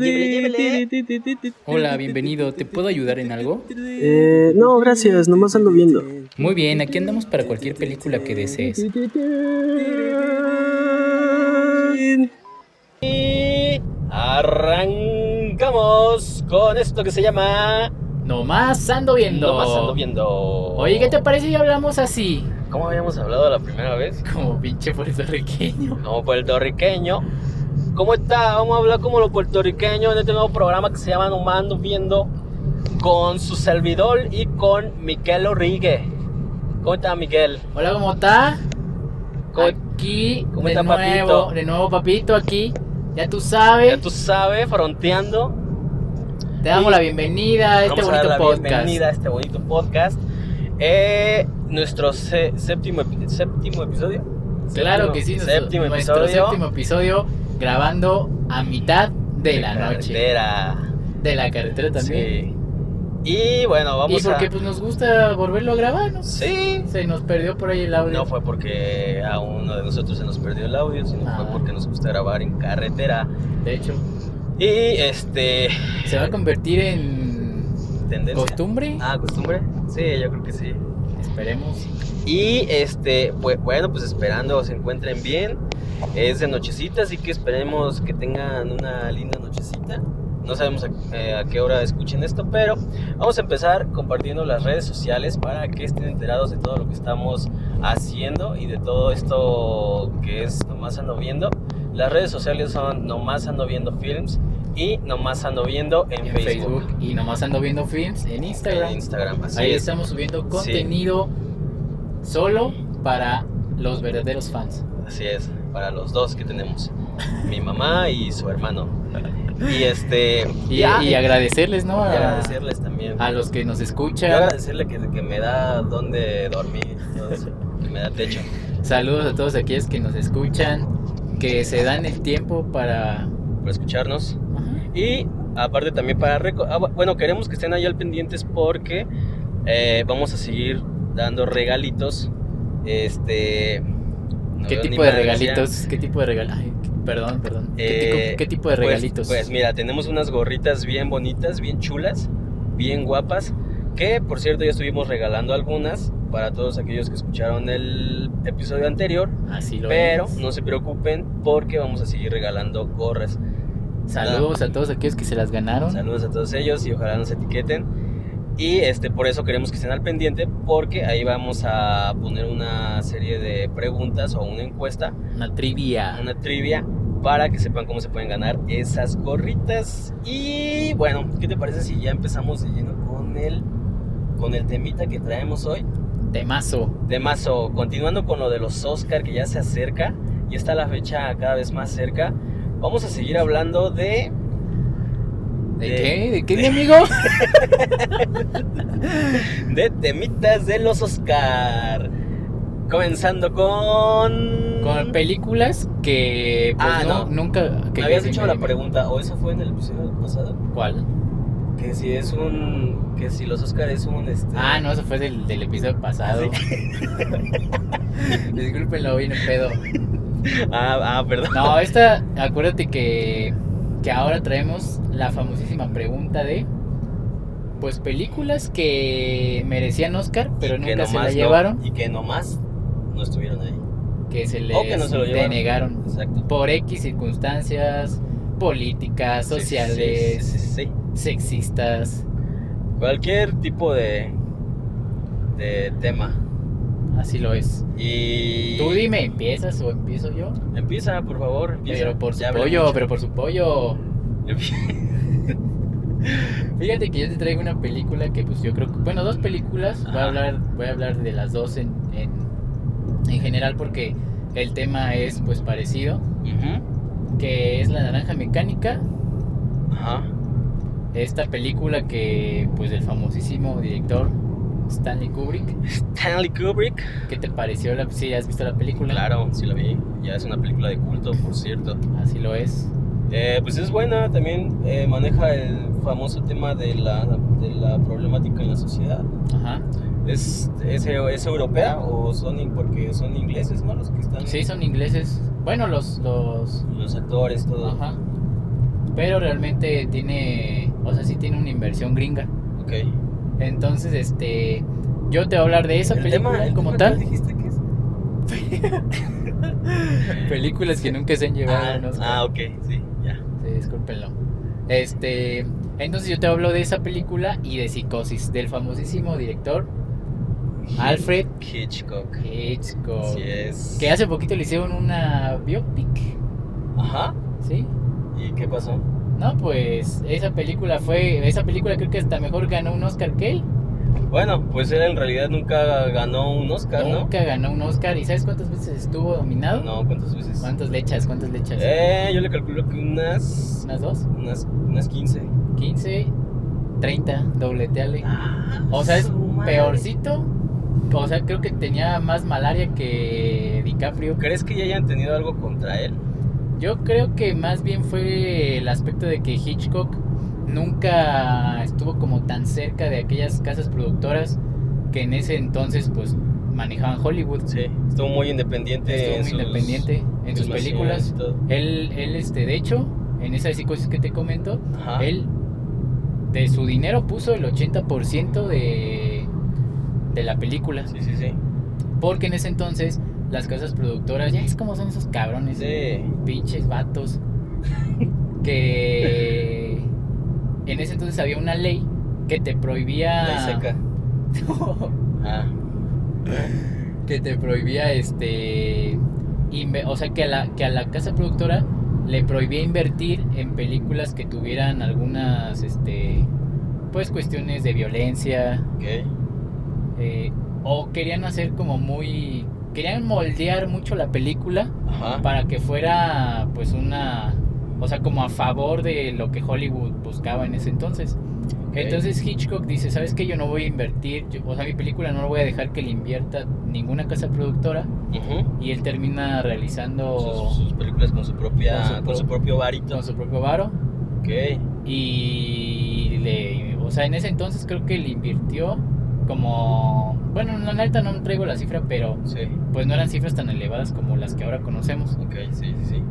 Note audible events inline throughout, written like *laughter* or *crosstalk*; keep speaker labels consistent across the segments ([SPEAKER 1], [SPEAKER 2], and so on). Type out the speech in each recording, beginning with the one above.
[SPEAKER 1] Llévele,
[SPEAKER 2] Hola, bienvenido. ¿Te puedo ayudar en algo?
[SPEAKER 3] Eh, no, gracias, nomás ando viendo.
[SPEAKER 2] Muy bien, aquí andamos para cualquier película que desees.
[SPEAKER 1] Y arrancamos con esto que se llama
[SPEAKER 4] Nomás ando viendo.
[SPEAKER 1] No más ando viendo.
[SPEAKER 4] Oye, ¿qué te parece si hablamos así?
[SPEAKER 1] ¿Cómo habíamos hablado la primera vez?
[SPEAKER 4] Como pinche puertorriqueño.
[SPEAKER 1] Como puertorriqueño. ¿Cómo está? Vamos a hablar como los puertorriqueños en este nuevo programa que se llama Nomás ando viendo con su servidor y con Miquel Origue. ¿Cómo está Miguel?
[SPEAKER 4] Hola, ¿cómo está?
[SPEAKER 1] ¿Cómo-
[SPEAKER 4] Aquí,
[SPEAKER 1] cómo
[SPEAKER 4] de
[SPEAKER 1] está,
[SPEAKER 4] nuevo,
[SPEAKER 1] papito?
[SPEAKER 4] de nuevo, papito, aquí. Ya tú sabes,
[SPEAKER 1] Ya tú sabes, fronteando.
[SPEAKER 4] te damos la bienvenida a este
[SPEAKER 1] Vamos a
[SPEAKER 4] bonito
[SPEAKER 1] dar la
[SPEAKER 4] podcast.
[SPEAKER 1] bienvenida a este bonito podcast. Eh, nuestro sé- séptimo, epi- séptimo episodio.
[SPEAKER 4] Claro
[SPEAKER 1] Séptimo-
[SPEAKER 4] que sí, nuestro,
[SPEAKER 1] Séptimo
[SPEAKER 4] nuestro
[SPEAKER 1] episodio.
[SPEAKER 4] séptimo episodio grabando a mitad de la noche.
[SPEAKER 1] carretera.
[SPEAKER 4] De la carretera también.
[SPEAKER 1] Sí. Y bueno, vamos
[SPEAKER 4] y porque
[SPEAKER 1] a.
[SPEAKER 4] pues nos gusta volverlo a grabar, ¿no?
[SPEAKER 1] Sí.
[SPEAKER 4] Se nos perdió por ahí el audio.
[SPEAKER 1] No fue porque a uno de nosotros se nos perdió el audio, sino
[SPEAKER 4] Ah.
[SPEAKER 1] fue porque nos gusta grabar en carretera.
[SPEAKER 4] De hecho,
[SPEAKER 1] Y este.
[SPEAKER 4] se va a convertir en
[SPEAKER 1] Tendencia.
[SPEAKER 4] costumbre.
[SPEAKER 1] Ah, costumbre. Sí, yo creo que sí.
[SPEAKER 4] Esperemos.
[SPEAKER 1] Y este, pues bueno, pues esperando se encuentren bien. Es de nochecita, así que esperemos que tengan una linda nochecita. No sabemos a, eh, a qué hora escuchen esto, pero vamos a empezar compartiendo las redes sociales para que estén enterados de todo lo que estamos haciendo y de todo esto que es Nomás Ando Viendo. Las redes sociales son Nomás Ando Viendo Films y Nomás Ando Viendo en,
[SPEAKER 4] en
[SPEAKER 1] Facebook,
[SPEAKER 4] Facebook y nomás ando viendo films en Instagram.
[SPEAKER 1] en Instagram. Así
[SPEAKER 4] Ahí
[SPEAKER 1] es.
[SPEAKER 4] estamos subiendo contenido solo para los verdaderos fans.
[SPEAKER 1] Así es, para los dos que tenemos, mi mamá y su hermano. Y este,
[SPEAKER 4] Y,
[SPEAKER 1] ya,
[SPEAKER 4] y agradecerles, ¿no?
[SPEAKER 1] y
[SPEAKER 4] A,
[SPEAKER 1] agradecerles también.
[SPEAKER 4] a los que nos
[SPEAKER 1] Yo
[SPEAKER 4] escuchan.
[SPEAKER 1] agradecerle que, que me da donde dormir, todo eso, que me da techo.
[SPEAKER 4] Saludos a todos aquellos que nos escuchan, que se dan el tiempo para...
[SPEAKER 1] por escucharnos. Y aparte también para... reco- ah, bu- bueno, queremos que estén ahí al pendientes porque eh, vamos a seguir dando regalitos. Este... no
[SPEAKER 4] ¿Qué
[SPEAKER 1] veo ni
[SPEAKER 4] tipo de
[SPEAKER 1] madre,
[SPEAKER 4] regalitos? ¿Qué tipo de regalitos? Perdón, perdón. ¿Qué,
[SPEAKER 1] Eh,
[SPEAKER 4] tipo, qué tipo de
[SPEAKER 1] pues-
[SPEAKER 4] regalitos?
[SPEAKER 1] Pues, mira, tenemos unas gorritas bien bonitas, bien chulas, bien guapas, que por cierto ya estuvimos regalando algunas para todos aquellos que escucharon el episodio anterior,
[SPEAKER 4] Así lo
[SPEAKER 1] pero
[SPEAKER 4] es.
[SPEAKER 1] no se preocupen porque vamos a seguir regalando gorras.
[SPEAKER 4] Saludos a todos aquellos que se las ganaron.
[SPEAKER 1] Saludos a todos ellos y ojalá nos etiqueten. Y este, por eso queremos que estén al pendiente porque ahí vamos a poner una serie de preguntas o una encuesta
[SPEAKER 4] Una trivia.
[SPEAKER 1] una trivia para que sepan cómo se pueden ganar esas gorritas. Y bueno, ¿qué te parece si ya empezamos de lleno con el, con el temita que traemos hoy?
[SPEAKER 4] Temazo.
[SPEAKER 1] De mazo, continuando con lo de los Oscar que ya se acerca y está la fecha cada vez más cerca, vamos a seguir hablando de...
[SPEAKER 4] ¿De,
[SPEAKER 1] De-
[SPEAKER 4] qué? ¿De qué,
[SPEAKER 1] *laughs*
[SPEAKER 4] mi amigo?
[SPEAKER 1] de temitas de los Oscar. Comenzando con...
[SPEAKER 4] Con películas que pues,
[SPEAKER 1] Ah,
[SPEAKER 4] no,
[SPEAKER 1] no.
[SPEAKER 4] nunca... Que
[SPEAKER 1] Me habías
[SPEAKER 4] que-
[SPEAKER 1] hecho
[SPEAKER 4] que-
[SPEAKER 1] la pregunta, o eso fue en el episodio pasado,
[SPEAKER 4] ¿Cuál?
[SPEAKER 1] que si es un... que si los Oscar es un... Este,
[SPEAKER 4] Ah, no, eso fue del, del
[SPEAKER 1] Ah,
[SPEAKER 4] episodio pasado. *laughs* Disculpenlo, vino pedo.
[SPEAKER 1] Ah, ah, perdón.
[SPEAKER 4] No, esta, acuérdate que, que ahora traemos la famosísima pregunta de... Pues películas que merecían Oscar, pero
[SPEAKER 1] Y que
[SPEAKER 4] nunca se la
[SPEAKER 1] nomás no-
[SPEAKER 4] llevaron,
[SPEAKER 1] y que nomás no estuvieron ahí.
[SPEAKER 4] que se les
[SPEAKER 1] O que no se lo llevaron.
[SPEAKER 4] denegaron.
[SPEAKER 1] Exacto.
[SPEAKER 4] Por X circunstancias políticas,
[SPEAKER 1] Sí, sí,
[SPEAKER 4] sociales,
[SPEAKER 1] Sí, sí, sí.
[SPEAKER 4] sexistas,
[SPEAKER 1] Cualquier tipo de, de tema.
[SPEAKER 4] así lo es.
[SPEAKER 1] Y.
[SPEAKER 4] Tú dime, ¿empiezas o empiezo yo?
[SPEAKER 1] Empieza, por favor. empieza.
[SPEAKER 4] Pero por su
[SPEAKER 1] Ya hablé
[SPEAKER 4] pollo,
[SPEAKER 1] mucho. *laughs*
[SPEAKER 4] pero por su pollo. Fíjate que yo te traigo una película que pues yo creo que, bueno, dos películas, voy a
[SPEAKER 1] Ajá.
[SPEAKER 4] hablar, voy a hablar de las dos en, en, en general porque el tema es pues parecido,
[SPEAKER 1] Ujú.
[SPEAKER 4] que es La Naranja Mecánica,
[SPEAKER 1] Ajá.
[SPEAKER 4] esta película que pues el famosísimo director Stanley Kubrick,
[SPEAKER 1] Stanley Kubrick.
[SPEAKER 4] ¿qué te pareció? La, sí, has visto la película,
[SPEAKER 1] Claro, sí la vi. Ya es una película de culto, por cierto.
[SPEAKER 4] así lo es.
[SPEAKER 1] Eh, pues es buena, también eh, maneja el famoso tema de la, de la problemática en la sociedad.
[SPEAKER 4] Ajá.
[SPEAKER 1] ¿Es, es, es europea o son in- porque son ingleses, no? Los que están
[SPEAKER 4] Sí, son ingleses. Bueno, los, los,
[SPEAKER 1] los actores, todo.
[SPEAKER 4] Ajá. Pero realmente tiene, o sea, sí tiene una inversión gringa.
[SPEAKER 1] Ok.
[SPEAKER 4] Entonces, este, yo te voy a hablar de esa
[SPEAKER 1] El
[SPEAKER 4] película
[SPEAKER 1] tema- el
[SPEAKER 4] como
[SPEAKER 1] tema
[SPEAKER 4] tal.
[SPEAKER 1] que dijiste que es?
[SPEAKER 4] *laughs* Películas que nunca se han llevado
[SPEAKER 1] Ah,
[SPEAKER 4] un Oscar.
[SPEAKER 1] ah, ok, sí, ya.
[SPEAKER 4] Sí, discúlpenlo. Este, entonces yo te hablo de esa película y de Psicosis, del famosísimo director Alfred
[SPEAKER 1] Hitchcock.
[SPEAKER 4] Hitchcock.
[SPEAKER 1] Sí es.
[SPEAKER 4] Que Oh. hace poquito le hicieron una biopic,
[SPEAKER 1] Ajá.
[SPEAKER 4] ¿sí?
[SPEAKER 1] ¿Y qué pasó?
[SPEAKER 4] No, pues esa película fue, esa película creo que hasta mejor ganó un Oscar que él.
[SPEAKER 1] Bueno, pues él en realidad nunca ganó un Oscar, ¿no?
[SPEAKER 4] Nunca ganó un Oscar y ¿sabes cuántas veces estuvo nominado?
[SPEAKER 1] No, ¿cuántas veces?
[SPEAKER 4] ¿Cuántas lechas? ¿Cuántas lechas?
[SPEAKER 1] Eh, yo le calculo que unas.
[SPEAKER 4] ¿Unas dos?
[SPEAKER 1] Unas, unas 15.
[SPEAKER 4] 15, 30, dobleteale.
[SPEAKER 1] Ah,
[SPEAKER 4] O sea, es
[SPEAKER 1] Su madre.
[SPEAKER 4] peorcito. O sea, creo que tenía más malaria que DiCaprio.
[SPEAKER 1] ¿Crees que ya hayan tenido algo contra él?
[SPEAKER 4] Yo creo que más bien fue el aspecto de que Hitchcock nunca estuvo como tan cerca de aquellas casas productoras que en ese entonces pues manejaban Hollywood.
[SPEAKER 1] Sí. Estuvo muy independiente.
[SPEAKER 4] Estuvo
[SPEAKER 1] en
[SPEAKER 4] muy
[SPEAKER 1] sus-
[SPEAKER 4] independiente en sus
[SPEAKER 1] versiones
[SPEAKER 4] películas.
[SPEAKER 1] y todo.
[SPEAKER 4] Él, él este, de hecho, en esa psicosis que te comento,
[SPEAKER 1] Ajá.
[SPEAKER 4] Él de su dinero puso el 80% de, de la película.
[SPEAKER 1] Sí, sí, sí.
[SPEAKER 4] Porque en ese entonces las casas productoras, ya es como son esos cabrones,
[SPEAKER 1] Sí.
[SPEAKER 4] pinches vatos. *laughs* Que en ese entonces había una ley que te prohibía.
[SPEAKER 1] Ley seca. Ah.
[SPEAKER 4] que te prohibía este. inve- O sea, que a, la, que a la casa productora le prohibía invertir en películas que tuvieran algunas, este. Pues cuestiones de violencia,
[SPEAKER 1] *laughs* Ok.
[SPEAKER 4] eh, o querían hacer como muy querían moldear mucho la película
[SPEAKER 1] Ajá.
[SPEAKER 4] para que fuera pues una o sea como a favor de lo que Hollywood buscaba en ese entonces
[SPEAKER 1] Ok.
[SPEAKER 4] entonces Hitchcock dice sabes qué? yo no voy a invertir yo- o sea mi película no la voy a dejar que le invierta ninguna casa productora
[SPEAKER 1] Ujú.
[SPEAKER 4] y él termina realizando
[SPEAKER 1] Sus, sus películas con su propia.
[SPEAKER 4] Con
[SPEAKER 1] Con
[SPEAKER 4] su
[SPEAKER 1] su,
[SPEAKER 4] pro-
[SPEAKER 1] propio varito.
[SPEAKER 4] con su propio varo
[SPEAKER 1] Ok.
[SPEAKER 4] y le o sea en ese entonces creo que le invirtió como bueno no, la neta no traigo la cifra pero
[SPEAKER 1] Sí.
[SPEAKER 4] pues no eran cifras tan elevadas como las que ahora conocemos.
[SPEAKER 1] Ok, sí, sí, sí.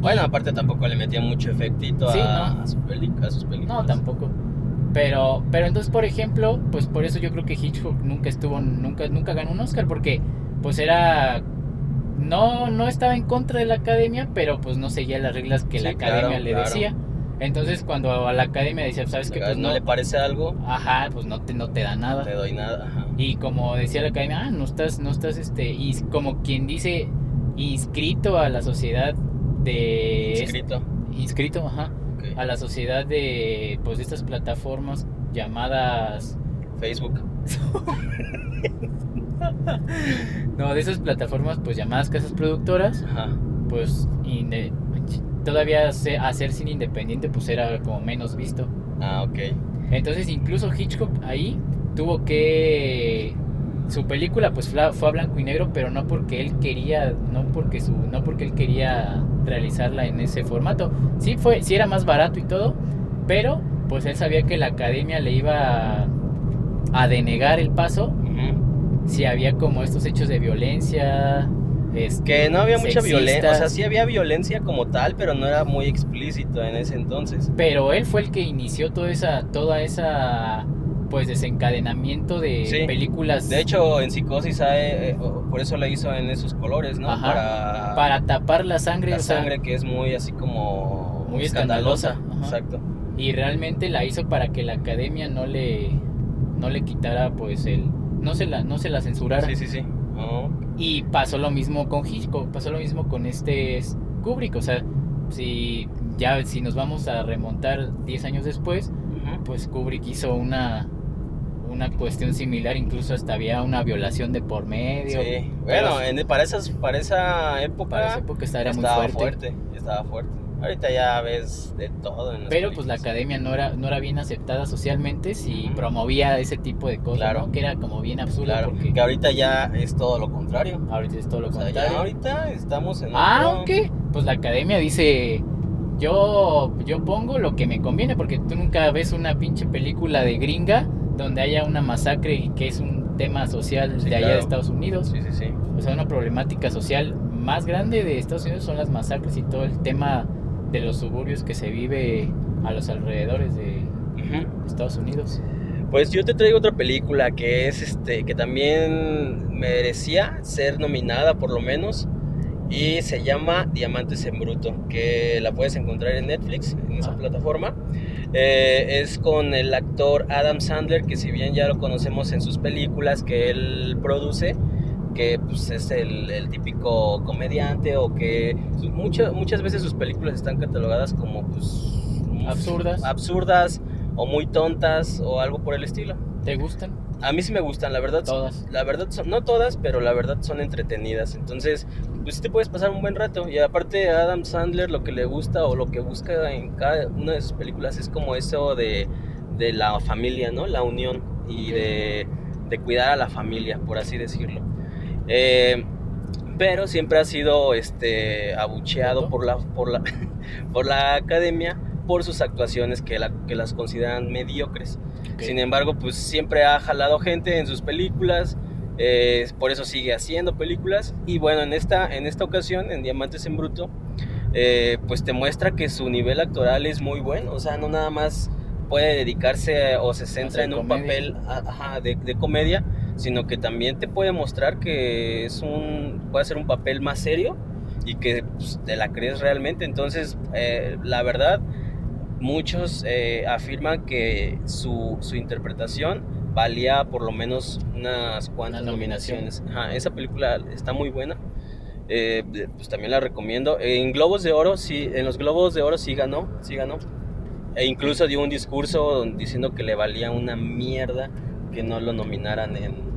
[SPEAKER 1] Bueno, aparte tampoco le metía mucho efectito
[SPEAKER 4] Sí,
[SPEAKER 1] a,
[SPEAKER 4] no.
[SPEAKER 1] a su peli- a sus películas.
[SPEAKER 4] No, tampoco. Pero, pero entonces, por ejemplo, pues por eso yo creo que Hitchcock nunca estuvo, nunca, nunca ganó un Oscar, porque pues era, no, no estaba en contra de la academia, pero pues no seguía las reglas que la
[SPEAKER 1] Sí, claro,
[SPEAKER 4] academia le
[SPEAKER 1] claro.
[SPEAKER 4] decía. Entonces cuando a la academia decía, sabes que
[SPEAKER 1] Acá
[SPEAKER 4] pues
[SPEAKER 1] no,
[SPEAKER 4] no,
[SPEAKER 1] le parece algo,
[SPEAKER 4] ajá, pues no te, no te da
[SPEAKER 1] no te
[SPEAKER 4] nada.
[SPEAKER 1] doy nada. Ajá.
[SPEAKER 4] Y como decía la academia, ah, no estás, no estás, este, y como quien dice, inscrito a la sociedad de...
[SPEAKER 1] Escrito.
[SPEAKER 4] inscrito, ajá,
[SPEAKER 1] Ok.
[SPEAKER 4] a la sociedad de pues de estas plataformas llamadas
[SPEAKER 1] Facebook.
[SPEAKER 4] no de esas plataformas pues llamadas casas productoras
[SPEAKER 1] Ajá.
[SPEAKER 4] pues inde- todavía se- hacer cine independiente pues era como menos visto
[SPEAKER 1] Ah, ok.
[SPEAKER 4] entonces incluso Hitchcock ahí tuvo que su película pues fla- fue a blanco y negro pero no porque él quería no porque su no porque él quería realizarla en ese formato sí fue sí era más barato y todo pero pues él sabía que la academia le iba a, a denegar el paso
[SPEAKER 1] Ujú.
[SPEAKER 4] si había como estos hechos de violencia es
[SPEAKER 1] Que no había mucha
[SPEAKER 4] Sexistas.
[SPEAKER 1] violencia. O sea, sí había violencia como tal, pero no era muy explícito en ese entonces.
[SPEAKER 4] pero él fue el que inició toda esa toda esa pues desencadenamiento de
[SPEAKER 1] Sí.
[SPEAKER 4] películas
[SPEAKER 1] De hecho, en Psicosis, ah, eh, eh, oh, por eso la hizo en esos colores, ¿no?
[SPEAKER 4] Ajá.
[SPEAKER 1] Para,
[SPEAKER 4] para tapar la sangre,
[SPEAKER 1] la
[SPEAKER 4] o sea,
[SPEAKER 1] sangre que es muy así como.
[SPEAKER 4] Muy
[SPEAKER 1] escandalosa.
[SPEAKER 4] escandalosa, ajá.
[SPEAKER 1] Exacto.
[SPEAKER 4] y realmente la hizo para que la academia no le no le quitara pues el no se la no se la censurara
[SPEAKER 1] Sí, sí, sí. Oh,
[SPEAKER 4] y pasó lo mismo con Hitchcock, pasó lo mismo con este s- Kubrick, o sea, si ya si nos vamos a remontar 10 años después,
[SPEAKER 1] ujú.
[SPEAKER 4] pues Kubrick hizo una una cuestión similar, incluso hasta había una violación de por medio.
[SPEAKER 1] Sí,
[SPEAKER 4] pero-
[SPEAKER 1] bueno, en- para, esas, para esa época
[SPEAKER 4] Para esa época esta era muy
[SPEAKER 1] estaba
[SPEAKER 4] fuerte.
[SPEAKER 1] fuerte. estaba fuerte. Ahorita ya ves de todo. En las
[SPEAKER 4] Pero pues la
[SPEAKER 1] películas.
[SPEAKER 4] academia no era, no era bien aceptada socialmente si
[SPEAKER 1] Ujú.
[SPEAKER 4] promovía ese tipo de cosas,
[SPEAKER 1] Claro.
[SPEAKER 4] ¿no? que era como bien absurdo
[SPEAKER 1] Claro,
[SPEAKER 4] porque
[SPEAKER 1] que ahorita ya es todo lo contrario.
[SPEAKER 4] ahorita es todo lo
[SPEAKER 1] O sea,
[SPEAKER 4] contrario.
[SPEAKER 1] ya ahorita estamos en. otro-
[SPEAKER 4] Aunque, pues la academia dice, yo, yo pongo lo que me conviene, porque tú nunca ves una pinche película de gringa donde haya una masacre y que es un tema social
[SPEAKER 1] Sí,
[SPEAKER 4] de allá de
[SPEAKER 1] claro.
[SPEAKER 4] Estados Unidos.
[SPEAKER 1] Sí, sí, sí.
[SPEAKER 4] O sea, una problemática social más grande de Estados Unidos son las masacres y todo el tema de los suburbios que se vive a los alrededores de Estados Unidos.
[SPEAKER 1] Pues yo te traigo otra película que es este que también merecía ser nominada por lo menos y se llama Diamantes en Bruto, que la puedes encontrar en Netflix, en esa
[SPEAKER 4] Ah.
[SPEAKER 1] plataforma. Eh, es con el actor Adam Sandler, que si bien ya lo conocemos en sus películas que él produce, que pues, es el, el típico comediante o que su- mucha- muchas veces sus películas están catalogadas como pues,
[SPEAKER 4] Absurdas.
[SPEAKER 1] absurdas o muy tontas o algo por el estilo.
[SPEAKER 4] ¿Te gustan?
[SPEAKER 1] A mí sí me gustan, la verdad.
[SPEAKER 4] Todas.
[SPEAKER 1] La verdad son, no todas, pero la verdad son entretenidas. Entonces, pues sí te puedes pasar un buen rato. Y aparte a Adam Sandler lo que le gusta o lo que busca en cada una de sus películas es como eso de, de la familia, ¿no? La unión y de, de cuidar a la familia, por así decirlo. Eh, pero siempre ha sido este abucheado
[SPEAKER 4] ¿Cierto?
[SPEAKER 1] por la, por la, *laughs* por la academia por sus actuaciones que, la- que las consideran mediocres.
[SPEAKER 4] Ok.
[SPEAKER 1] Sin embargo, pues siempre ha jalado gente en sus películas, eh, por eso sigue haciendo películas. Y bueno, en esta, en esta ocasión, en Diamantes en Bruto, eh, pues te muestra que su nivel actoral es muy bueno. O sea, no nada más puede dedicarse eh, o se centra
[SPEAKER 4] Hacer
[SPEAKER 1] en un
[SPEAKER 4] comedia.
[SPEAKER 1] papel a- ajá, de, de comedia, sino que también te puede mostrar que es un, puede hacer un papel más serio y que pues, te la crees realmente. Entonces, eh, la verdad, muchos eh, afirman que su, su interpretación valía por lo menos unas cuantas
[SPEAKER 4] Una nominación.
[SPEAKER 1] nominaciones. Ajá, esa película está muy buena. Eh, pues también la recomiendo. En Globos de Oro, sí, en los Globos de Oro sí ganó, sí ganó. E incluso dio un discurso don- diciendo que le valía una mierda que no lo nominaran en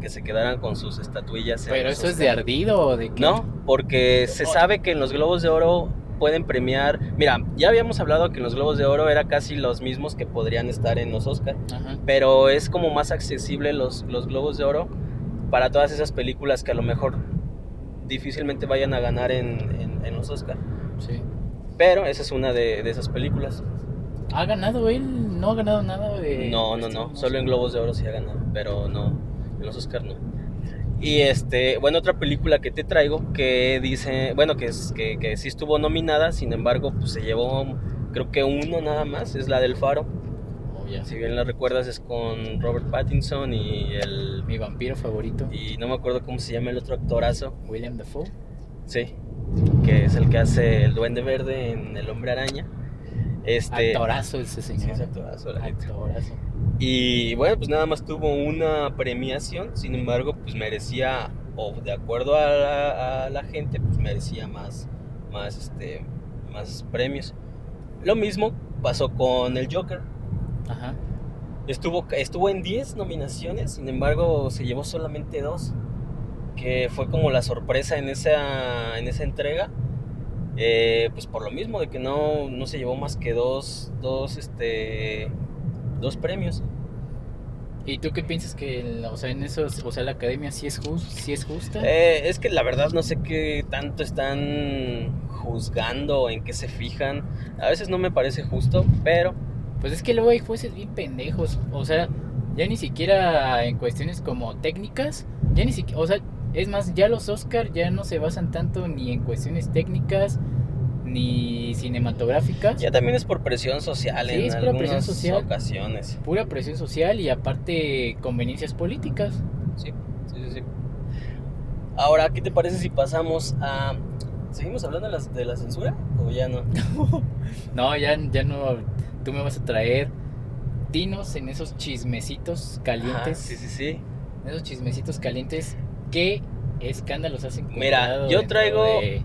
[SPEAKER 1] que se quedaran con sus estatuillas. en
[SPEAKER 4] Pero
[SPEAKER 1] los
[SPEAKER 4] eso es
[SPEAKER 1] Oscars.
[SPEAKER 4] de ardido o de qué?
[SPEAKER 1] No, porque se sabe que en los Globos de Oro pueden premiar. Mira, ya habíamos hablado que en los Globos de Oro era casi los mismos que podrían estar en los Oscars,
[SPEAKER 4] Ajá.
[SPEAKER 1] pero es como más accesible los, los Globos de Oro para todas esas películas que a lo mejor difícilmente vayan a ganar en, en- en los Oscars.
[SPEAKER 4] Sí.
[SPEAKER 1] Pero esa es una de, de esas películas.
[SPEAKER 4] ¿Ha ganado él? ¿No ha ganado nada de.? este
[SPEAKER 1] No, no, no. Solo en Globos de Oro sí ha ganado, pero no. En los Oscar no. Y este, bueno, otra película que te traigo que dice, bueno, que, es, que, que sí estuvo nominada, sin embargo, pues se llevó, creo que uno nada más, es la del Faro.
[SPEAKER 4] Oh, ya.
[SPEAKER 1] Si bien la recuerdas, es con Robert Pattinson y el.
[SPEAKER 4] Mi vampiro favorito,
[SPEAKER 1] Y no me acuerdo cómo se llama el otro actorazo.
[SPEAKER 4] William Dafoe.
[SPEAKER 1] Sí, que es el que hace el Duende Verde en El Hombre Araña. Este.
[SPEAKER 4] Actorazo ese
[SPEAKER 1] Sí,
[SPEAKER 4] señor.
[SPEAKER 1] es actorazo, la neta.
[SPEAKER 4] Actorazo.
[SPEAKER 1] Y bueno, pues nada más tuvo una premiación, sin embargo, pues merecía, o de acuerdo a la, a la gente, pues merecía más, más, este, más premios. Lo mismo pasó con el Joker.
[SPEAKER 4] Ajá.
[SPEAKER 1] Estuvo, estuvo en 10 nominaciones, sin embargo, se llevó solamente dos, que fue como la sorpresa en esa, en esa entrega. Eh, pues por lo mismo, de que no, no se llevó más que dos, dos, este, dos premios.
[SPEAKER 4] ¿Y tú qué piensas que, el- o sea, en esos, o sea, la academia sí es, jus- sí es justa?
[SPEAKER 1] Eh, es que la verdad no sé qué tanto están juzgando, en qué se fijan. A veces no me parece justo, pero
[SPEAKER 4] Pues es que luego hay jueces bien pendejos. O sea, ya ni siquiera en cuestiones como técnicas, ya ni siquiera, o sea, es más, ya los Oscar ya no se basan tanto ni en cuestiones técnicas ni cinematográficas.
[SPEAKER 1] ya también es por presión social
[SPEAKER 4] Sí,
[SPEAKER 1] en
[SPEAKER 4] es pura
[SPEAKER 1] algunas
[SPEAKER 4] presión social.
[SPEAKER 1] ocasiones.
[SPEAKER 4] Pura presión social y aparte conveniencias políticas.
[SPEAKER 1] Sí, sí, sí. Ahora, ¿qué te parece si pasamos a... ¿Seguimos hablando de la, de la censura o ya no?
[SPEAKER 4] No, ya, ya no, tú me vas a traer dinos en esos chismecitos calientes.
[SPEAKER 1] Ajá, sí, sí, sí.
[SPEAKER 4] Esos chismecitos calientes, ¿qué escándalos has encontrado?
[SPEAKER 1] Mira, yo
[SPEAKER 4] dentro
[SPEAKER 1] traigo-
[SPEAKER 4] de,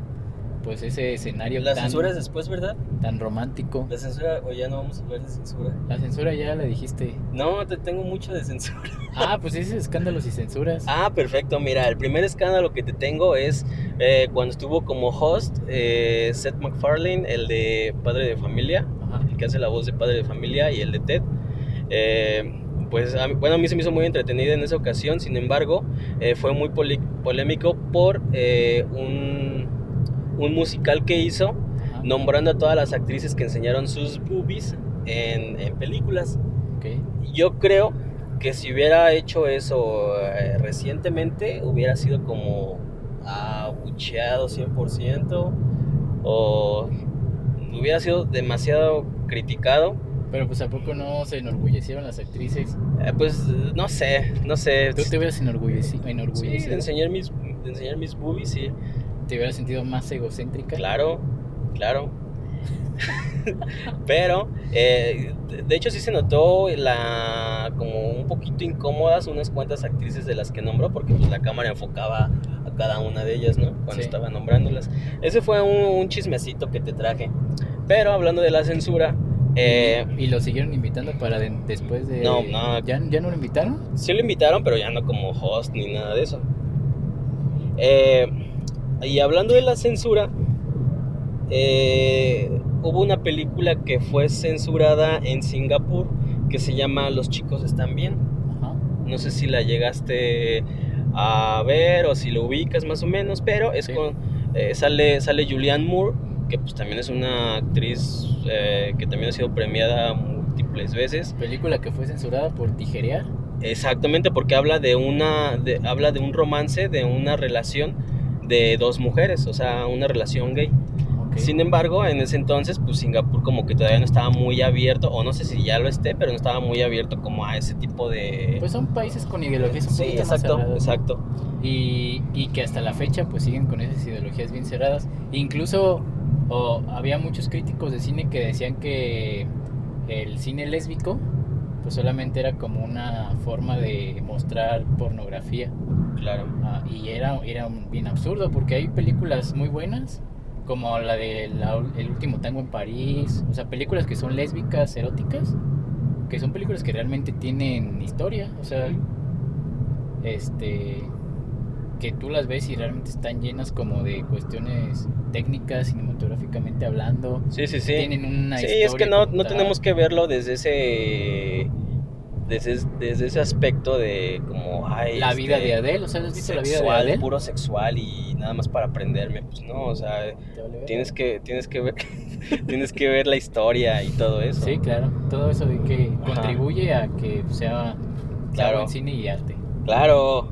[SPEAKER 4] pues ese escenario
[SPEAKER 1] La
[SPEAKER 4] tan,
[SPEAKER 1] censura es después, ¿verdad?
[SPEAKER 4] tan romántico.
[SPEAKER 1] La censura, o ya no vamos a hablar de censura.
[SPEAKER 4] La censura ya la dijiste.
[SPEAKER 1] No, te tengo mucho de censura.
[SPEAKER 4] Ah, pues ese es escándalos y censuras.
[SPEAKER 1] Ah, perfecto. Mira, el primer escándalo que te tengo es eh, cuando estuvo como host eh, Seth MacFarlane, el de Padre de Familia,
[SPEAKER 4] Ajá.
[SPEAKER 1] el que hace la voz de Padre de Familia y el de Ted. Eh, pues a mí- bueno, a mí se me hizo muy entretenida en esa ocasión, sin embargo, eh, fue muy poli- polémico por eh, un, un musical que hizo
[SPEAKER 4] Ajá.
[SPEAKER 1] nombrando a todas las actrices que enseñaron sus boobies en- en películas.
[SPEAKER 4] ok.
[SPEAKER 1] Yo creo que si hubiera hecho eso eh, recientemente, hubiera sido como abucheado 100% o hubiera sido demasiado criticado.
[SPEAKER 4] Pero pues a poco no se enorgullecieron las actrices.
[SPEAKER 1] Eh, pues no sé, no sé.
[SPEAKER 4] Tú te hubieras enorgullecido,
[SPEAKER 1] Sí, de enseñar mis, de enseñar mis boobies, sí.
[SPEAKER 4] te hubieras sentido más egocéntrica.
[SPEAKER 1] Claro, claro. Pero, eh, de- de hecho sí se notó la como un poquito incómodas unas cuantas actrices de las que nombró, porque pues, la cámara enfocaba a cada una de ellas, ¿no? Cuando
[SPEAKER 4] Sí.
[SPEAKER 1] estaba nombrándolas. Ese fue un, un chismecito que te traje. Pero hablando de la censura, eh,
[SPEAKER 4] y lo siguieron invitando para de- después de.
[SPEAKER 1] No, no.
[SPEAKER 4] ¿Ya, ¿Ya no lo invitaron?
[SPEAKER 1] Sí lo invitaron, pero ya no como host ni nada de eso. Eh, y hablando de la censura, eh, hubo una película que fue censurada en Singapur que se llama Los chicos están bien.
[SPEAKER 4] Ajá.
[SPEAKER 1] No sé si la llegaste a ver o si lo ubicas más o menos, pero es
[SPEAKER 4] Sí.
[SPEAKER 1] con eh, sale sale Julianne Moore que pues también es una actriz eh, que también ha sido premiada múltiples veces.
[SPEAKER 4] Película que fue censurada por tijerear.
[SPEAKER 1] Exactamente, porque habla de una, de- habla de un romance, de una relación de dos mujeres, o sea, una relación gay.
[SPEAKER 4] Ok.
[SPEAKER 1] Sin embargo, en ese entonces, pues Singapur como que todavía no estaba muy abierto, o no sé si ya lo esté, pero no estaba muy abierto como a ese tipo de...
[SPEAKER 4] Pues son países con ideologías un
[SPEAKER 1] sí,
[SPEAKER 4] poquito más
[SPEAKER 1] exacto,
[SPEAKER 4] cerradas, ¿no?
[SPEAKER 1] exacto.
[SPEAKER 4] y, y que hasta la fecha pues siguen con esas ideologías bien cerradas. Incluso o, había muchos críticos de cine que decían que el cine lésbico pues solamente era como una forma de mostrar pornografía
[SPEAKER 1] Claro.
[SPEAKER 4] Ah, y era, era un- bien absurdo porque hay películas muy buenas como la de la ul- El último tango en París, o sea, películas que son lésbicas, eróticas, que son películas que realmente tienen historia, o sea, este que tú las ves y realmente están llenas como de cuestiones técnicas, cinematográficamente hablando,
[SPEAKER 1] Sí, sí, sí.
[SPEAKER 4] tienen una
[SPEAKER 1] sí,
[SPEAKER 4] historia.
[SPEAKER 1] es que no, no
[SPEAKER 4] contada.
[SPEAKER 1] tenemos que verlo desde ese... Desde, desde ese aspecto de como... Ay,
[SPEAKER 4] la vida
[SPEAKER 1] este,
[SPEAKER 4] de Adele, o sea, ¿has visto la vida de
[SPEAKER 1] sexual,
[SPEAKER 4] Adele?
[SPEAKER 1] puro sexual y nada más para aprenderme, pues no, o sea,
[SPEAKER 4] Te vale ver.
[SPEAKER 1] tienes que tienes que ver *laughs* tienes que ver la historia y todo eso.
[SPEAKER 4] Sí, claro, todo eso de que
[SPEAKER 1] Ajá.
[SPEAKER 4] contribuye a que sea, sea
[SPEAKER 1] Claro.
[SPEAKER 4] buen cine y arte.
[SPEAKER 1] Claro.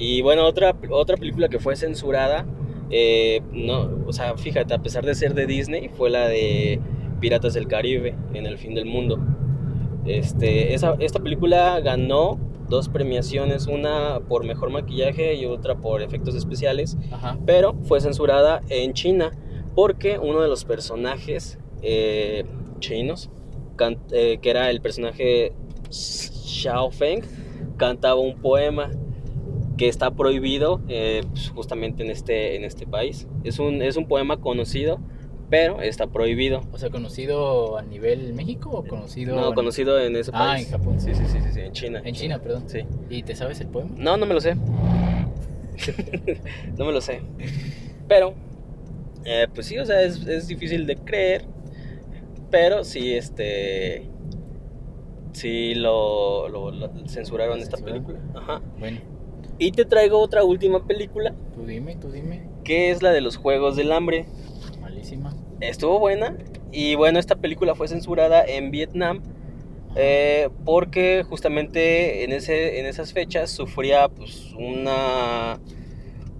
[SPEAKER 1] Y bueno, otra otra película que fue censurada eh, no, o sea, fíjate, a pesar de ser de Disney, fue la de Piratas del Caribe en el fin del mundo. Este, esa, esta película ganó dos premiaciones, una por mejor maquillaje y otra por efectos especiales.
[SPEAKER 4] Ajá.
[SPEAKER 1] pero fue censurada en China porque uno de los personajes eh, chinos, can- eh, que era el personaje Xiao Feng, cantaba un poema que está prohibido eh, pues, justamente en este, en este país. Es un, es un poema conocido, pero está prohibido.
[SPEAKER 4] O sea, conocido a nivel México o conocido
[SPEAKER 1] No,
[SPEAKER 4] en-
[SPEAKER 1] conocido en ese
[SPEAKER 4] Ah,
[SPEAKER 1] país.
[SPEAKER 4] en Japón.
[SPEAKER 1] Sí, sí, sí, sí, sí, en China.
[SPEAKER 4] En China, perdón.
[SPEAKER 1] Sí.
[SPEAKER 4] ¿Y te sabes el poema?
[SPEAKER 1] No, no me lo sé. *laughs* no me lo sé. Pero, eh, pues sí, o sea, es, es difícil de creer. Pero sí, este. Sí, lo, lo- lo censuraron esta
[SPEAKER 4] Censuraron.
[SPEAKER 1] película. Ajá.
[SPEAKER 4] Bueno,
[SPEAKER 1] Y te traigo otra última película,
[SPEAKER 4] tú dime, tú dime.
[SPEAKER 1] que es la de los Juegos del Hambre.
[SPEAKER 4] Malísima.
[SPEAKER 1] Estuvo buena. Y bueno, esta película fue censurada en Vietnam. eh, porque justamente en, ese, en esas fechas sufría pues una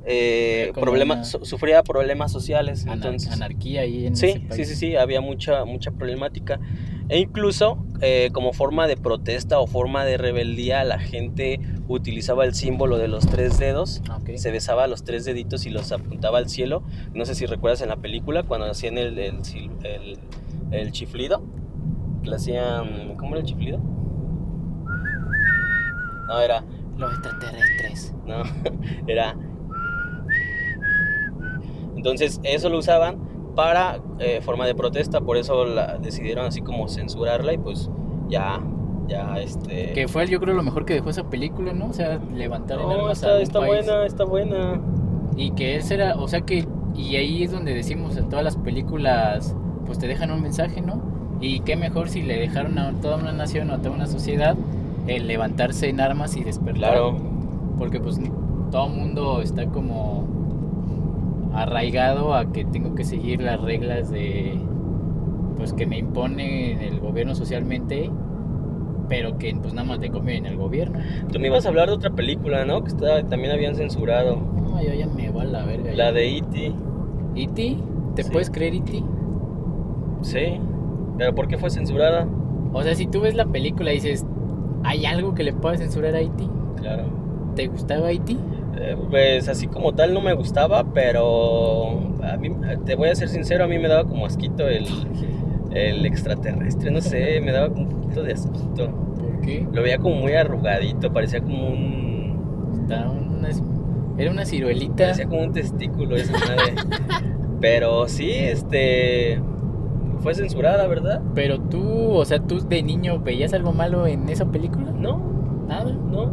[SPEAKER 1] eh,
[SPEAKER 4] Era como
[SPEAKER 1] problema,
[SPEAKER 4] una-
[SPEAKER 1] su- sufría problemas sociales.
[SPEAKER 4] Ana-
[SPEAKER 1] entonces,
[SPEAKER 4] Anarquía ahí en ese
[SPEAKER 1] sí, sí,
[SPEAKER 4] país.
[SPEAKER 1] sí, sí, había mucha, mucha problemática. E incluso eh, como forma de protesta o forma de rebeldía, la gente utilizaba el símbolo de los tres dedos
[SPEAKER 4] Ah, ok.
[SPEAKER 1] se besaba los tres deditos y los apuntaba al cielo. No sé si recuerdas en la película cuando hacían el, el, sil- el- el chiflido. Que le hacían. ¿Cómo era el chiflido? No, era.
[SPEAKER 4] Los extraterrestres.
[SPEAKER 1] No, *laughs* era. Entonces, eso lo usaban para eh, forma de protesta. Por eso la decidieron así como censurarla y pues ya. Ya este.
[SPEAKER 4] Que fue yo creo lo mejor que dejó esa película, ¿no? O sea, levantar en
[SPEAKER 1] No,
[SPEAKER 4] armas a
[SPEAKER 1] está,
[SPEAKER 4] algún
[SPEAKER 1] está
[SPEAKER 4] país.
[SPEAKER 1] buena, está buena.
[SPEAKER 4] Y que ese era, o sea que, y ahí es donde decimos, en todas las películas, pues te dejan un mensaje, ¿no? Y qué mejor si le dejaron a toda una nación o a toda una sociedad el levantarse en armas y despertar.
[SPEAKER 1] Claro,
[SPEAKER 4] Porque pues todo el mundo está como arraigado a que tengo que seguir las reglas de, pues que me impone el gobierno socialmente, pero que pues nada más te conviene el gobierno.
[SPEAKER 1] tú me ibas a hablar de otra película, ¿no? Que está- también habían censurado.
[SPEAKER 4] No, yo ya me va a la verga.
[SPEAKER 1] La de E E.T.
[SPEAKER 4] ¿Iti? ¿Te
[SPEAKER 1] Sí.
[SPEAKER 4] puedes creer Iti?
[SPEAKER 1] Sí. ¿Pero por qué fue censurada?
[SPEAKER 4] O sea, si tú ves la película y dices, ¿hay algo que le pueda censurar a Haití?
[SPEAKER 1] Claro.
[SPEAKER 4] ¿Te gustaba E Haití?
[SPEAKER 1] Eh, Pues así como tal no me gustaba, pero a mí, te voy a ser sincero, a mí me daba como asquito el, el extraterrestre, no sé, me daba como un poquito de asquito.
[SPEAKER 4] ¿Por qué?
[SPEAKER 1] Lo veía como muy arrugadito, parecía como un,
[SPEAKER 4] Está una- Era una ciruelita.
[SPEAKER 1] parecía como un testículo esa madre. Pero sí, este, fue censurada, ¿verdad?
[SPEAKER 4] Pero tú, o sea, tú de niño veías algo malo en esa película?
[SPEAKER 1] No,
[SPEAKER 4] Nada.
[SPEAKER 1] no.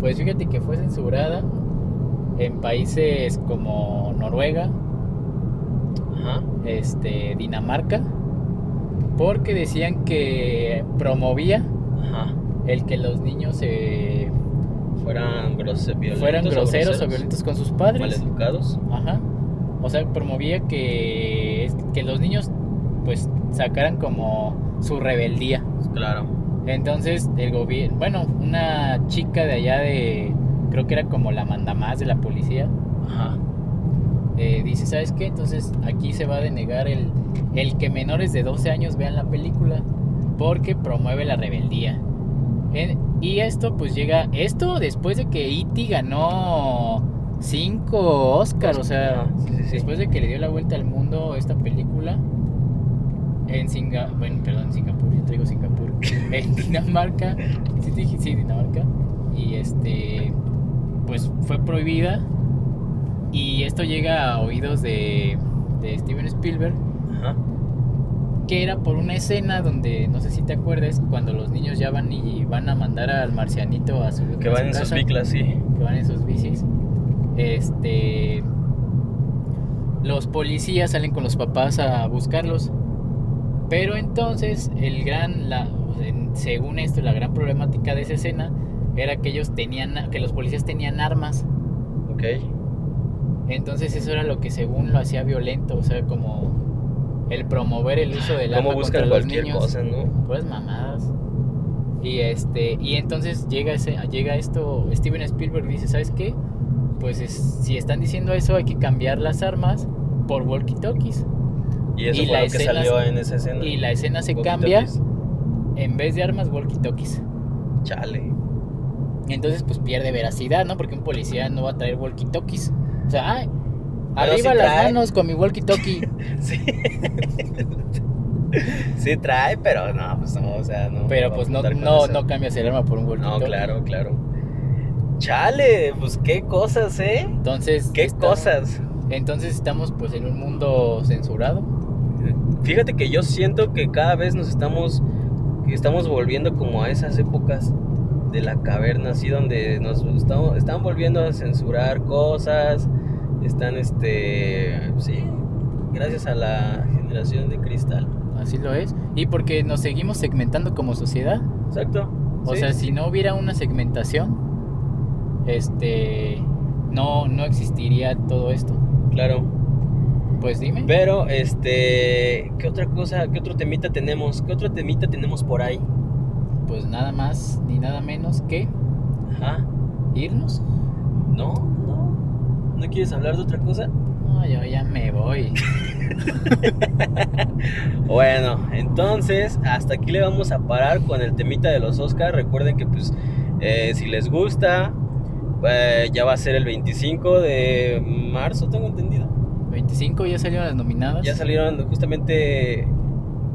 [SPEAKER 4] Pues fíjate que fue censurada en países como Noruega,
[SPEAKER 1] Ajá.
[SPEAKER 4] este, Dinamarca, porque decían que promovía
[SPEAKER 1] Ajá.
[SPEAKER 4] el que los niños se
[SPEAKER 1] Fueran, grose- violentos
[SPEAKER 4] fueran
[SPEAKER 1] o
[SPEAKER 4] groseros o violentos con sus padres.
[SPEAKER 1] Maleducados.
[SPEAKER 4] Ajá. O sea, promovía que, que los niños pues sacaran como su rebeldía.
[SPEAKER 1] Claro.
[SPEAKER 4] Entonces, el gobierno, bueno, una chica de allá de, creo que era como la mandamás de la policía,
[SPEAKER 1] Ajá.
[SPEAKER 4] eh, dice, ¿sabes qué? Entonces aquí se va a denegar el, el que menores de 12 años vean la película porque promueve la rebeldía. En- y esto pues llega, esto después de que E.T. ganó 5 Oscar, o sea,
[SPEAKER 1] Ajá, sí, sí, sí.
[SPEAKER 4] después de que le dio la vuelta al mundo esta película en Singapur, bueno, perdón, en Singapur, yo traigo Singapur, *laughs* en Dinamarca, sí, dije, sí, Dinamarca, y este, pues fue prohibida y esto llega a oídos de, de Steven Spielberg,
[SPEAKER 1] Ajá.
[SPEAKER 4] que era por una escena donde, no sé si te acuerdas, cuando los niños ya van y van a mandar al marcianito a su
[SPEAKER 1] Que
[SPEAKER 4] a su
[SPEAKER 1] van en sus
[SPEAKER 4] casa
[SPEAKER 1] biclas, sí.
[SPEAKER 4] que van en sus bicis. Este. Los policías salen con los papás a buscarlos. Pero entonces, el gran. La, en- según esto, la gran problemática de esa escena era que ellos tenían. que los policías tenían armas.
[SPEAKER 1] Ok.
[SPEAKER 4] Entonces, eso era lo que según lo hacía violento. O sea, como. El promover el uso del
[SPEAKER 1] ¿Cómo
[SPEAKER 4] arma contra
[SPEAKER 1] buscan
[SPEAKER 4] los
[SPEAKER 1] cualquier
[SPEAKER 4] niños.
[SPEAKER 1] cosa, no?
[SPEAKER 4] Puras mamadas. Y este, y entonces llega ese, llega esto, Steven Spielberg dice, ¿sabes qué? Pues es- si están diciendo eso hay que cambiar las armas por walkie-talkies.
[SPEAKER 1] Y eso
[SPEAKER 4] Y
[SPEAKER 1] fue
[SPEAKER 4] la
[SPEAKER 1] lo que
[SPEAKER 4] escena-
[SPEAKER 1] salió en esa escena. pues,
[SPEAKER 4] Y la escena se
[SPEAKER 1] Walkie
[SPEAKER 4] cambia,
[SPEAKER 1] talkies.
[SPEAKER 4] en vez de armas, walkie-talkies.
[SPEAKER 1] Chale.
[SPEAKER 4] Y entonces pues pierde veracidad, ¿no? Porque un policía no va a traer walkie-talkies. O sea, ay,
[SPEAKER 1] sí
[SPEAKER 4] arriba las
[SPEAKER 1] trae.
[SPEAKER 4] manos con
[SPEAKER 1] *laughs*
[SPEAKER 4] mi walkie-talkie.
[SPEAKER 1] Sí. sí trae, pero no, pues no, o sea, no.
[SPEAKER 4] Pero
[SPEAKER 1] va a
[SPEAKER 4] pues no,
[SPEAKER 1] apuntar con
[SPEAKER 4] no,
[SPEAKER 1] eso.
[SPEAKER 4] no cambias el arma por un
[SPEAKER 1] No,
[SPEAKER 4] walkie-talkie.
[SPEAKER 1] claro, claro. Chale, pues qué cosas, ¿eh?
[SPEAKER 4] Entonces,
[SPEAKER 1] Qué
[SPEAKER 4] estamos-
[SPEAKER 1] cosas.
[SPEAKER 4] Entonces estamos pues en un mundo censurado.
[SPEAKER 1] Fíjate que yo siento que cada vez nos estamos que estamos volviendo como a esas épocas de la caverna, así donde nos estamos, están volviendo a censurar cosas, están este, sí, gracias a la generación de cristal.
[SPEAKER 4] Así lo es. Y porque nos seguimos segmentando como sociedad.
[SPEAKER 1] Exacto.
[SPEAKER 4] O
[SPEAKER 1] sí.
[SPEAKER 4] sea, si no hubiera una segmentación, este no, no existiría todo esto.
[SPEAKER 1] claro.
[SPEAKER 4] Pues dime.
[SPEAKER 1] Pero este, ¿qué otra cosa, qué otro temita tenemos? ¿Qué otro temita tenemos por ahí?
[SPEAKER 4] Pues nada más ni nada menos que
[SPEAKER 1] Ajá.
[SPEAKER 4] irnos.
[SPEAKER 1] No, no. ¿No quieres hablar de otra cosa?
[SPEAKER 4] No, yo ya
[SPEAKER 1] *laughs*
[SPEAKER 4] me voy.
[SPEAKER 1] Bueno, entonces hasta aquí le vamos a parar con el temita de los Oscars. Recuerden que pues eh, si les gusta, eh, ya va a ser el 25 de marzo, tengo entendido.
[SPEAKER 4] 25 ya salieron las nominadas.
[SPEAKER 1] Ya salieron justamente,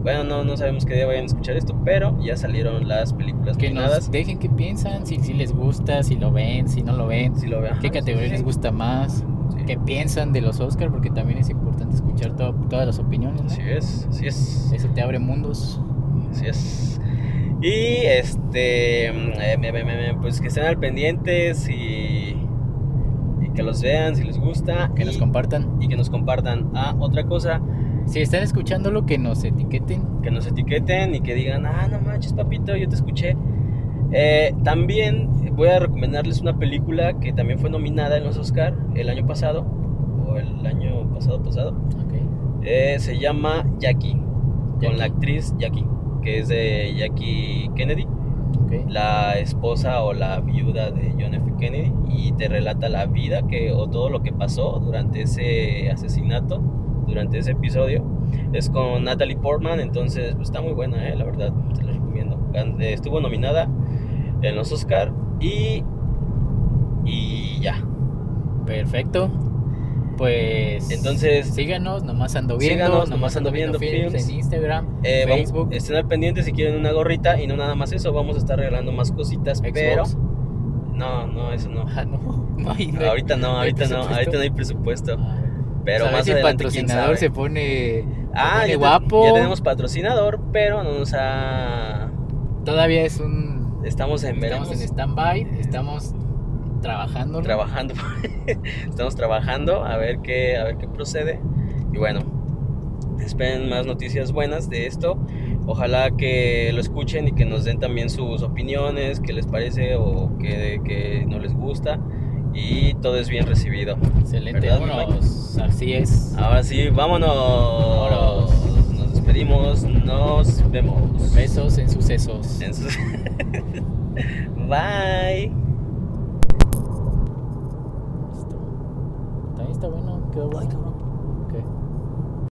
[SPEAKER 1] bueno, no, no sabemos qué día vayan a escuchar esto, pero ya salieron las películas
[SPEAKER 4] que nos
[SPEAKER 1] nominadas.
[SPEAKER 4] dejen que piensan, si, si les gusta, si lo ven, si no lo ven,
[SPEAKER 1] Si lo vean.
[SPEAKER 4] qué categoría les gusta más, qué piensan de los Oscar, porque también es importante escuchar to- todas las opiniones. ¿no?
[SPEAKER 1] Así es, así es.
[SPEAKER 4] Eso te abre mundos.
[SPEAKER 1] Así es. Y este, mm, eh, me- me- me- pues que estén al pendientes y, y que los vean si les gusta
[SPEAKER 4] Que
[SPEAKER 1] y,
[SPEAKER 4] nos compartan.
[SPEAKER 1] y que nos compartan. Ah, otra cosa,
[SPEAKER 4] Si están escuchando lo que nos etiqueten,
[SPEAKER 1] que nos etiqueten y que digan, ah, no manches, papito, yo te escuché. Eh, también voy a recomendarles una película que también fue nominada en los Oscar el año pasado, o el año pasado pasado. Eh, se llama Jackie, con la
[SPEAKER 4] Jackie.
[SPEAKER 1] actriz Jackie, que es de Jackie Kennedy.
[SPEAKER 4] ok,
[SPEAKER 1] la esposa o la viuda de John F. Kennedy y te relata la vida que o todo lo que pasó durante ese asesinato durante ese episodio. Es con Natalie Portman, entonces pues, está muy buena, eh, la verdad, se la recomiendo. Gan- eh, Estuvo nominada en los Oscar y. Y ya.
[SPEAKER 4] Perfecto. Pues.
[SPEAKER 1] Entonces-
[SPEAKER 4] Síganos, nomás ando viendo.
[SPEAKER 1] Síganos, nomás ando viendo films.
[SPEAKER 4] En Instagram,
[SPEAKER 1] Eh, vamos-
[SPEAKER 4] Facebook,
[SPEAKER 1] estén pendientes si quieren una gorrita y no nada más eso. Vamos a estar regalando más cositas, pero.
[SPEAKER 4] Xbox.
[SPEAKER 1] *laughs* No, no, eso no.
[SPEAKER 4] Ah, no. no *laughs* hay- no hay-
[SPEAKER 1] Ahorita no,
[SPEAKER 4] no hay
[SPEAKER 1] ahorita no,
[SPEAKER 4] presupuesto.
[SPEAKER 1] ahorita no hay presupuesto.
[SPEAKER 4] Ah, bueno.
[SPEAKER 1] Pero
[SPEAKER 4] Pues a ver
[SPEAKER 1] más
[SPEAKER 4] si el
[SPEAKER 1] adelante, quién
[SPEAKER 4] patrocinador
[SPEAKER 1] sabe.
[SPEAKER 4] se pone.
[SPEAKER 1] Ah, ya
[SPEAKER 4] pone
[SPEAKER 1] te-
[SPEAKER 4] guapo.
[SPEAKER 1] ya tenemos patrocinador, pero no nos ha.
[SPEAKER 4] Todavía es un.
[SPEAKER 1] Estamos en veremos, Eh,
[SPEAKER 4] Estamos en stand-by, estamos trabajando.
[SPEAKER 1] trabajando. *laughs* estamos trabajando a ver qué, a ver qué procede. Y bueno, esperen más noticias buenas de esto. Ojalá que lo escuchen y que nos den también sus opiniones, qué les parece o qué, qué no les gusta. Y todo es bien recibido.
[SPEAKER 4] Excelente,
[SPEAKER 1] ¿Verdad, Ah. mi
[SPEAKER 4] vámonos. Así es.
[SPEAKER 1] Ahora sí, vámonos.
[SPEAKER 4] Vámonos.
[SPEAKER 1] Nos despedimos, nos vemos.
[SPEAKER 4] Besos en sucesos.
[SPEAKER 1] En sus- *laughs* Bye.
[SPEAKER 4] También está bueno, quedó bueno.